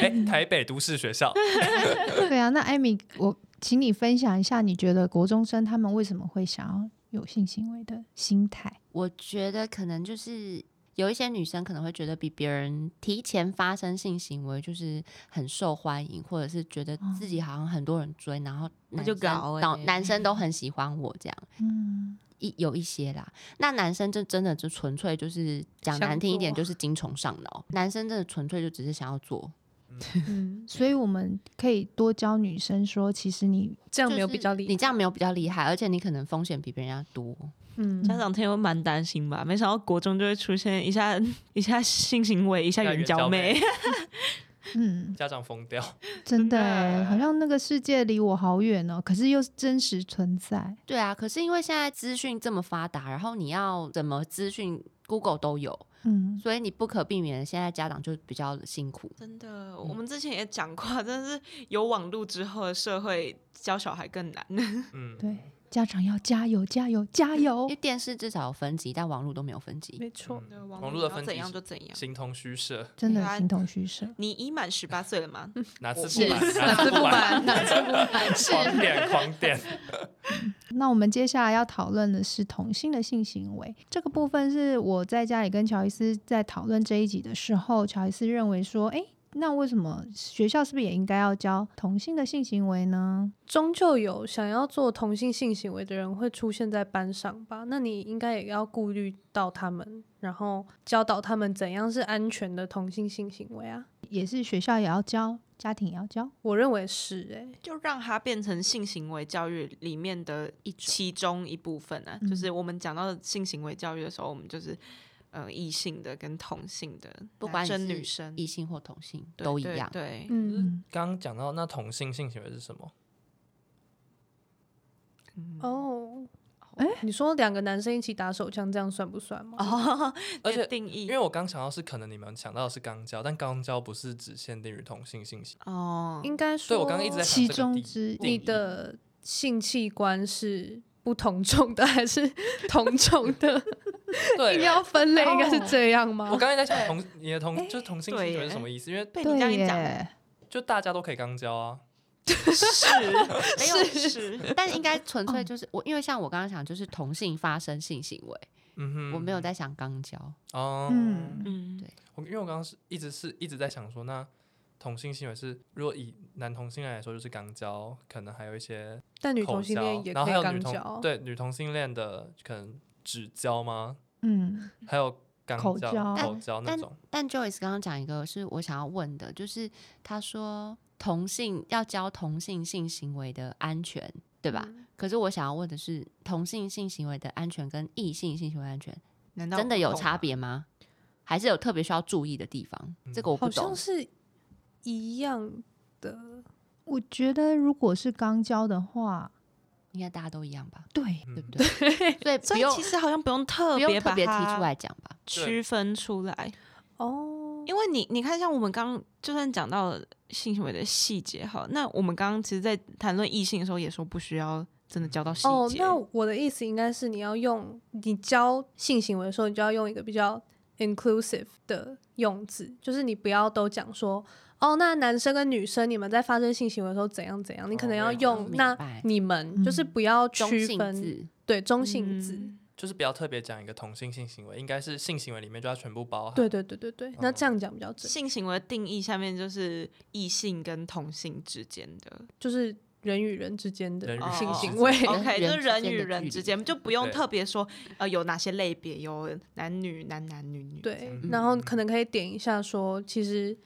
D: 哎、台北都市学校，
A: *clears throat* 对啊，那艾米，我请你分享一下，你觉得国中生他们为什么会想要有性行为的心态？
C: *laughs* 我觉得可能就是有一些女生可能会觉得比别人提前发生性行为就是很受欢迎，或者是觉得自己好像很多人追，然后
B: 那
C: 男
B: 就
C: 生
B: 搞欸
C: 男男生都很喜欢我这样。
A: 嗯，
C: 一有一些啦，那男生就真的就纯粹就是讲
E: 想
C: 难听一点，就
E: 做
C: 是精虫上脑。男生真的纯粹就只是想要做，
E: 嗯，
A: 所以我们可以多教女生说，其实你
E: 这样没有
C: 就是
E: 比较厉害，
C: 你这样没有比较厉害，而且你可能风险比别人要多。
E: 嗯，
B: 家长听会蛮担心吧？没想到国中就会出现一下一下性行为，一下
D: 一下
B: 援
D: 援
B: 交
D: 交妹
B: *laughs* 妹。
A: 嗯，
D: 家长疯掉。
A: 真的
B: 真的
A: 欸好像那个世界离我好远哦，可是又是真实存在。
C: 对啊，可是因为现在资讯这么发达，然后你要怎么资讯，Google 都有，
A: 嗯，
C: 所以你不可避免的，现在家长就比较辛苦。
B: 真的，
D: *laughs*
B: 我们之前也讲过，但是有网络之后的社会教小孩更 *laughs* 难。
D: 嗯，
A: 对，家长要加油，加油，加油
C: 因为！电视至少有分级，但网络都没有分级。
E: 没错，
D: 嗯
B: 网
D: 网络的分
B: 怎
D: 级
B: 样就怎样。
D: 形同虚设，
A: 真
B: 对
A: 的
B: 啊
A: 形同虚设。
B: 你已满十八岁了吗？
D: 哪次
B: 是
D: 不满，
E: 哪次
D: 次
E: 不
D: 满，
E: 满，哪次不满，
D: 狂点狂点。
A: 那我们接下来要讨论的是同性的性行为这个部分，是我在家里跟乔伊斯在讨论这一集的时候，乔伊斯认为说，诶，那为什么学校是不是也应该要教同性的性行为呢？
E: 终究有想要做同性性行为的人会出现在班上吧？那你应该也要顾虑到他们，然后教导他们怎样是安全的同性性行为啊。
A: 也是学校也要教，家庭也要教。
E: 我认为是欸诶、
B: *laughs* 就让它变成性行为教育里面的一其中一部分啊。
A: 嗯
B: 就是我们讲到性行为教育的时候，我们就是呃异性的跟同性的，
C: 不管
B: 男生
C: 你是
B: 女生
C: 异性或同性
B: 对
C: 都一
B: 对
C: 样。
B: 对，
E: 嗯，
A: 嗯，
D: 刚刚讲到
B: 嗯 *laughs*
D: 那同性性行为是什么？
E: 哦，你说两个男生一起打手枪，这样算不算吗？
B: 哦，
D: 而且
B: 这定义
D: 因为我刚想到是可能你们想到的是肛交，但肛交不是只限定于同性性行为。
B: 哦，
E: 应该说，
D: 对我刚刚一直在想
A: 其
D: 这个
A: 中
D: 定
A: 之
D: 定
E: 你
D: 义
E: 的性器官是不同种的还是同种的？
D: *laughs* 对
E: *laughs*
D: 哦
E: 硬，要分类，应该是这样吗？
C: 啊
D: 我刚才在想同你的同就是同性
B: 对
D: 性行为
B: 耶
D: 是什么意思？因为
B: 被你这样
A: 对
B: 一讲，
A: 耶，
D: 就大家都可以肛交啊，
B: 是没有是，
C: 但应
E: *laughs*
C: 该纯粹就是我，因为像我刚刚讲，就是同性发生性行为，
D: 嗯哼，
C: 我没有在想肛交，
D: 哦，
A: 嗯，
B: 嗯，
D: 我因为我刚刚是一直是一直在想说，那同性行为是如果以男同性恋来说，就是肛交，可能还有一些
E: 但女
D: 口
E: 同性
D: 交
E: 恋也，可
D: 然后
E: 以
D: 还有女
E: 肛
D: 同
E: 交，
D: 对女同性恋的可能指交吗？
A: 嗯，
D: 还有肛
A: 口
D: 交、
A: 交
D: 口交那
C: 但
D: 种，
C: 但 Joyce 刚刚讲一个是我想要问的，就是他说同性要教同性性行为的安全，对吧？
E: 嗯
C: 可是我想要问的是，同性性行为的安全跟异性性行为安全
B: 难道
C: 真的有
B: 不啊同
C: 差
B: 吗？
C: 别吗？还是有特别需要注意的地方？这个我不
E: 好像
C: 懂。
E: 是一样的。
A: 我觉得如果是肛交的话，
C: 应该大家都一样吧，
A: 对，
D: 嗯
C: 对不对？所
B: 所
C: 以
B: 以
C: 不
B: 其
C: 用
B: 实好像不用特
C: 不
B: 别
C: 用特
B: 把
C: 别提
B: 它
C: 出来讲吧。
B: 区分出来，
E: 哦，
B: 因为你你看，像我们刚就算讲到性行为的细节，好，那我们刚刚其实，在谈论异性的时候，也说不需要真的教到细节。
E: 哦，那我的意思应该是你要用你教性行为的时候，你就要用一个比较 inclusive 的用字，就是你不要都讲说哦，那男生跟女生你们在发生性行为的时候怎样怎样，你可
D: 哦
E: 能要
D: 我也
E: 用
C: 明
E: 那
C: 白
E: 你们，就是
A: 嗯
E: 不要
C: 中
E: 区
C: 性
E: 分
C: 字，
E: 对中性字，
B: 嗯
D: 就是不要特别讲一个同性性行为，应该是性行为里面就要全部包含。
E: 对对对对对，那
D: 哦
E: 这样讲比较准，
B: 性行为的定义下面就是异性跟同性之间的
E: 就是人与人之间的
D: 人与人
E: 性
B: 之
E: 行
B: 间
E: 为。
C: 人
B: ，OK，就是人
C: 人之间
B: 与
C: 的距
B: 人
C: 离
B: 之间就不用
D: 对
B: 特别说呃有哪些类别，有男女、男男、女女。，
E: 对，
D: 嗯
E: 然后可能可以点一下说，其实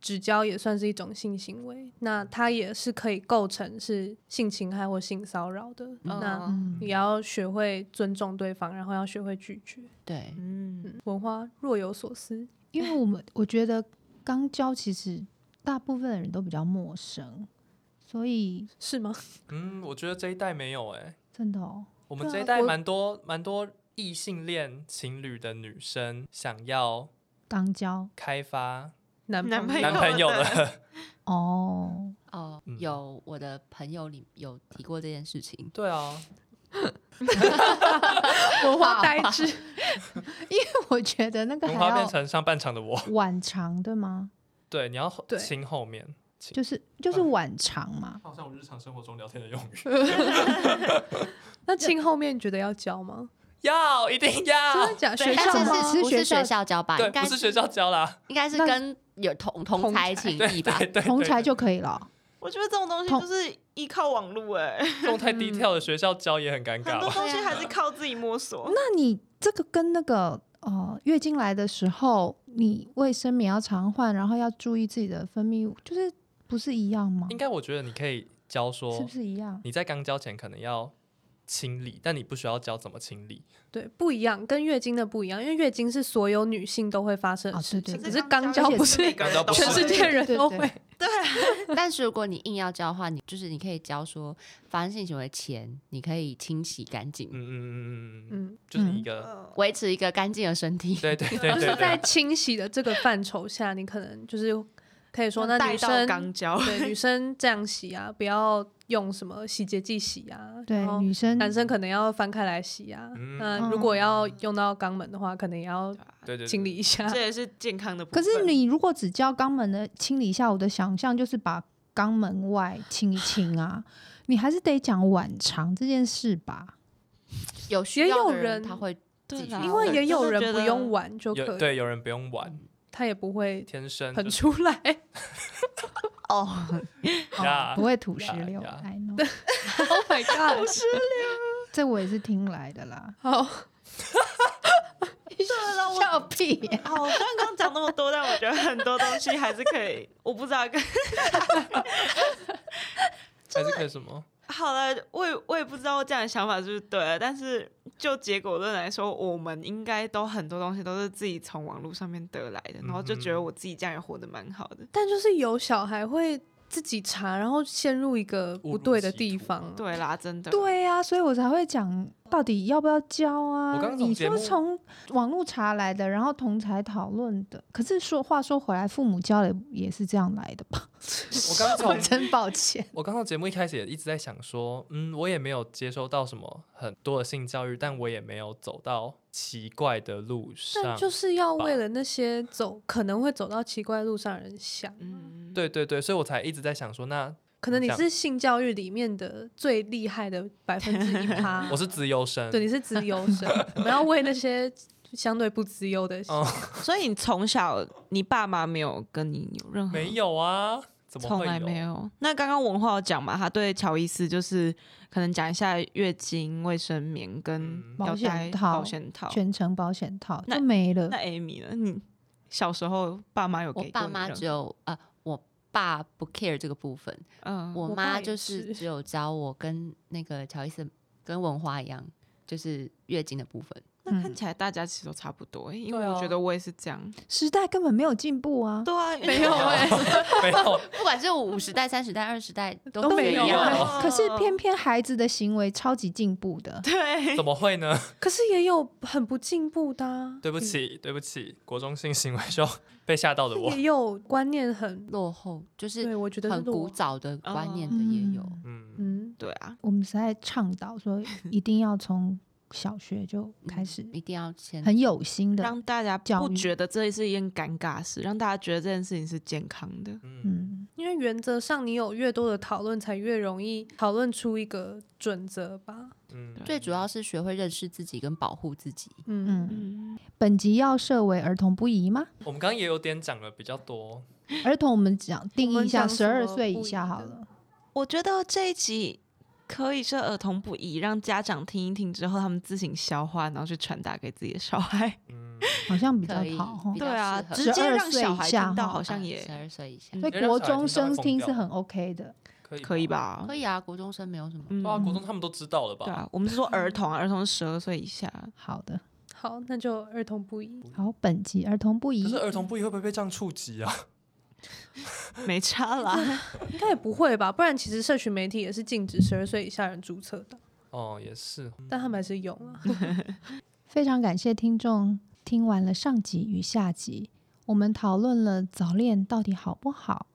E: 指交也算是一种性行为，那它也是可以构成是性侵害或性骚扰的。
B: 哦
E: 那
A: 嗯
E: 也要学会尊重对方，然后要学会拒绝。
C: 对，
B: 嗯，
E: 嗯，文花若有所思，
A: 因为我们我觉得肛交其实大部分的人都比较陌生，所以
E: 是吗？ *laughs*
D: 嗯，我觉得这一代没有哎、
A: 真的哦，
D: 我们
E: 对
D: 这
E: 啊
D: 一代
E: 我
D: 蛮多蛮多异性恋情侣的女生想要
A: 肛交
D: 开发
E: 男
B: 男
E: 朋
B: 朋
E: 友
D: 男朋友
B: 友的
D: *laughs* 的，
A: 哦，
C: 哦
D: 嗯，
C: 有我的朋友里有提过这件事情，
D: 对啊，
E: 文花呆
A: *laughs*
E: 滞，
A: 我觉得那个
D: 文
A: 还
D: 化变
A: 要
D: 成上半场的我，
A: 晚长对吗？
D: 对，你要后
E: 对
D: 亲后面，
A: 就是
D: 哎
A: 就是晚长嘛，
D: 好像我日常生活中聊天的用语，
E: *laughs* 那亲后面觉得要教吗？
D: 要一定
E: 真的
D: 要，
E: 假？学
C: 对
E: 校
C: 但是
E: 吗？
A: 吗
C: 是不
A: 是学
C: 是
A: 校
C: 学校教吧？
D: 对，
C: 应该
D: 不是学校教啦，
C: 应该是
A: 那
C: 跟有同同
E: 同
C: 才
E: 才
C: 情谊吧？
D: 对，
A: 同才
D: 哎对
A: 就可以了哦。
B: 我觉得这种东西
A: 同
B: 就是依靠网络，哎，
D: 这种
E: 嗯
D: 太低调的学校教也很尴
B: 很
D: 尬
B: 多
D: 吧？
B: 东西还是靠自己摸索。
A: 那你这个跟那个呃月经来的时候，你卫生棉要常换，然后要注意自己的分泌物，就是不是一样吗
D: 应？该我觉得你可以教
A: 是
D: 说
A: 不，是一样？
D: 你在刚交前可能要清理，但你不需要教怎么清理，
E: 对，不一样，跟月经的不一样，因为月经是所有女性都会发生的
A: 哦
E: 事
A: 对
E: 情，
A: 对
E: 可是
B: 刚
E: 肛交不
B: 每
E: 是
B: 个人
D: 肛交
B: 都
D: 不是
E: 全世界人
A: 对
E: 都
A: 对
E: 会。
C: *laughs* 但是如果你硬要教的话，你就是你可以教说，发生性行为前你可以清洗干
D: 嗯
C: 净，
D: 嗯嗯嗯嗯，
E: 嗯，
D: 就是一
B: 嗯
D: 个，
C: 维持一个干净的身
E: *laughs*
C: 体。
D: 对对对
E: 就
D: 对
E: 是在
D: 对，
E: 清洗的这个范畴下，你可能就是可以说，那
B: 带
E: 女
B: 到
E: 生啊
B: 肛交，
E: 对女生这样洗啊，不要用什么洗洁剂洗啊，
A: 对
E: 然，后
A: 女生
E: 男生可能要翻开来洗啊。
D: 嗯
E: 那如果要
A: 哦
E: 用到肛门的话，可能也要
D: 对对，
E: 清理一下
B: 这。也是健康的部
A: 可
B: 分。
A: 是你如果只教肛门的清理一下，我的想象就是把肛门外清一清啊，你还是得讲晚长这件事吧。
C: 有需
E: 也
C: 要
E: 有
C: 的人
E: 人
C: 他会
B: 对啦，
C: 啊
E: 因为也有人
B: 我真的觉
E: 不
B: 得
E: 用玩就可
D: 有
E: 以，
D: 对有人不用玩，
E: 他也不会
D: 天生
E: 喷
D: 就是
B: *laughs*
E: 出来。
B: 哦，
D: 呀
A: 不会吐石
D: 呀
A: 榴
D: 呀
A: ，I know，
E: Oh *laughs* my god！
A: 这我也是听来的
D: *laughs*
A: 啦。
E: 好，
B: *laughs* 对了，我
A: 笑屁
E: *laughs*
A: 呀、
B: 好，哦虽然刚刚讲那么多，但我觉得很多东西还是可以，我不知道跟 *laughs*
D: 还是可以什么？
B: 好了，我也我也不知道这样的想法是不是对的，但是就结果论来说，我们应该都很多东西都是自己
D: 嗯
B: 从网络上面得来的，然后就觉得我自己这样也活得蛮好的。
E: 但就是有小孩会自己查，然后陷入一个
D: 误
E: 不
D: 入
E: 对的
D: 歧
E: 地
D: 途
E: 方。
B: 对啦，真的，
A: 对呀、所以我才会讲到底要不要教啊？
D: 我刚刚从
A: 你
D: 节
A: 说
D: 目
A: 从网络查来的，然后同才讨论的，可是说话说回来，父母教的也是这样来的吧？
D: 我刚
A: *laughs*
D: 从
E: *laughs*
A: 真抱歉，
D: 我刚刚节目一开始也一直在想说，嗯，我也没有接收到什么很多的性教育，但我也没有走到奇怪的路上。
E: 但就是要
D: 吧
E: 为了那些走可能会走到奇怪路上的人想，
B: 嗯，
D: 对对对，所以我才一直在想说，那
E: 可能你
D: 这样
E: 是性教育里面的最厉害的百分之一趴
D: *laughs* 我，是资优生，
E: 对，你是资优
D: *laughs*
E: 生，我们要为那些相对不资优的
D: 哦
B: 所以你从小你爸妈没有跟你有任何
D: 没有啊，怎么
B: 从
D: 会
B: 来
D: *laughs*
B: 没有。那刚刚文化有讲嘛，他对乔伊斯就是可能讲一下月经、卫生棉跟
D: 嗯
B: 腰
A: 保险
B: 带、
A: 套
B: 保险套。
A: 全程保险套
B: 那
A: 就没了
B: 那。Amy 呢？你小时候爸妈有
C: 我
B: 给过
C: 爸
B: 你
C: 妈
B: 任
C: 只有啊、我爸不 care 这个部分，
B: 嗯，
C: 我
E: 我
C: 妈
E: 爸
C: 就
E: 也
C: 是
E: 是
C: 只有教我跟那个乔伊斯跟文花一样，就是月经的部分。
A: 嗯
B: 那看起来大家其实都差不多欸，因为
D: 对啊
B: 我觉得我也是这样。
A: 时代根本没有进步啊！
B: 对啊，
E: 没有哎、
D: *laughs* 没有，
C: 不管是五十代、三十代、二十
E: *laughs*
C: 代都啊
E: 都
C: 是
E: 没
C: 一
E: 有
C: 样的。
A: 可是偏偏孩子的行为超级进步的，
B: *laughs*
C: 欸
B: 对啊
D: 怎么会呢？
E: *laughs*
D: *laughs*
E: 可是也有很不进步的、啊，
D: 对不起，对不起，国中性行为就 *laughs* 被吓到的我，
E: 也有观念很，
C: *laughs* 落后就是
E: 对我觉得是
C: 很古
E: 落
C: 早的
B: 哦
C: 观念的
A: 嗯
C: 也有。
D: 嗯，
E: 嗯，
B: 对啊，
A: 我们实在倡导
D: *laughs*
A: 说一定要从小学就开始，
D: 嗯
C: 嗯一定要先
A: 很有心的，
B: 让大家
A: 教
B: 不
A: 育
B: 觉得这是一件尴尬事，让大家觉得这件事情是健康的。
D: 嗯
A: 嗯，
E: 因为原则上你有越多的讨论，才越容易讨论出一个准则吧，
D: 嗯，
C: 最主要是学会认识自己跟保护自己。
E: 嗯，
A: 嗯，
B: 嗯，
A: 本集要设为儿童不宜
E: *laughs*
A: 吗？
D: 我们刚刚也有点讲了比较多，
A: 儿童我们讲定义一下，
E: 我们讲
A: 十
E: 什
A: 二
E: 么
A: 岁以
E: 不宜
A: 下好
E: 的
A: 了。
B: 我觉得这一集可以设儿童不宜，让家长听一听之后，他们自行消化，然后去传达给自己的小孩。
D: 嗯，
A: 好像比较
C: 可以
A: 好哈
C: *laughs* 比。较
B: 对啊，
C: 适合
B: 直接让
A: 12岁
B: 小孩
A: 以下
B: 听到
A: 哈
B: 好像也
C: 哎啊十二岁以下
B: 嗯
A: 所以
D: 因为让
A: 国
D: 小
A: 中
D: 孩听到会
A: 生
D: 疯
A: 听是
D: 掉
A: 很 OK 的，
D: 可以
B: 可以
D: 吧？
B: 吧？
C: 可以啊，国中生没有什么。
B: 嗯
D: 对啊，国中他们都知道了吧？
B: 对啊，我们是说儿童啊，儿童十二岁以下。
A: 好的。
E: 好，那就儿童不宜，
A: 好，本集儿童不宜
D: 可是。儿童不宜会不会被这样触及啊？
B: 没差
C: *laughs*
B: 啦， *laughs*
E: 应该也不会吧，不然其实社群媒体也是禁止十二岁以下人注册的，
D: 哦，也是，
E: 但他们还是用啊，
A: 非常感谢听众听完了上集与下集，我们讨论了早恋到底好不好，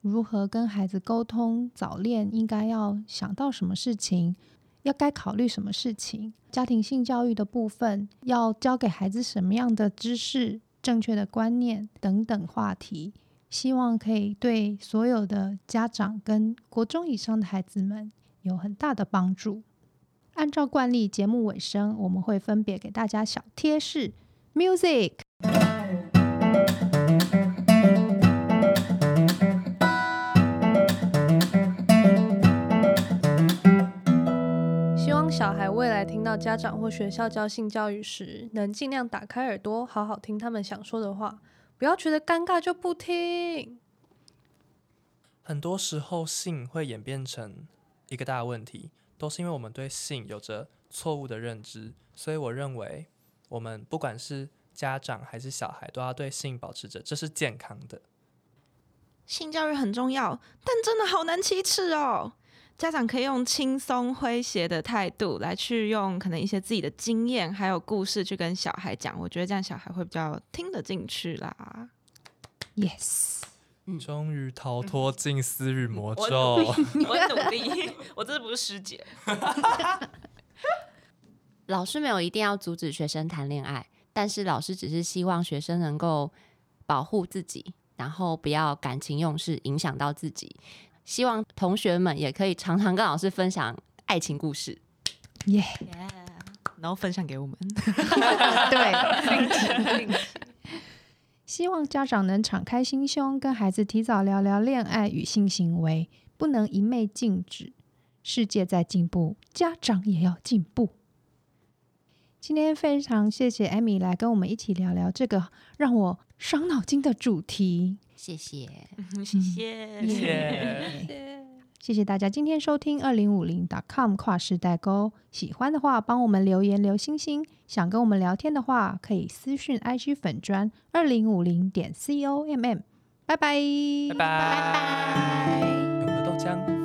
A: 如何跟孩子沟通早恋应该要想到什么事情，要该考虑什么事情，家庭性教育的部分要教给孩子什么样的知识、正确的观念等等话题。希望可以对所有的家长跟国中以上的孩子们有很大的帮助。按照惯例，节目尾声我们会分别给大家小贴士，music。
E: 希望小孩未来听到家长或学校教性教育时，能尽量打开耳朵，好好听他们想说的话，不要觉得尴尬就不听。
D: 很多时候性会演变成一个大问题，都是因为我们对性有着错误的认知，所以我认为我们不管是家长还是小孩，都要对性保持着这是健康的。
B: 性教育很重要，但真的好难启齿哦。家长可以用轻松诙谐的态度来去用可能一些自己的经验还有故事去跟小孩讲，我觉得这样小孩会比较听得进去啦。
A: Yes，
D: 终于逃脱近思与魔咒，
B: *laughs* 我努力，我真的不是师姐。
C: 老师没有一定要阻止学生谈恋爱，但是老师只是希望学生能够保护自己，然后不要感情用事影响到自己。希望同学们也可以常常跟老师分享爱情故事。
A: 耶、
B: 然后分享给我们，
A: 对。希望家长能敞开心胸，跟孩子提早聊聊恋爱与性行为，不能一昧禁止。世界在进步，家长也要进步。今天非常谢谢艾米来跟我们一起聊聊这个让我伤脑筋的主题。
C: 谢谢，
B: 嗯谢 *laughs* 谢
D: 谢
A: 谢谢大家今天收听二零五零 .com 跨世代沟。喜欢的话，帮我们留言留星星；想跟我们聊天的话，可以私讯 IG 粉砖二零五零点 com。
F: 拜拜，
D: *laughs* 拜拜，
A: 拜拜。
D: 有个豆浆。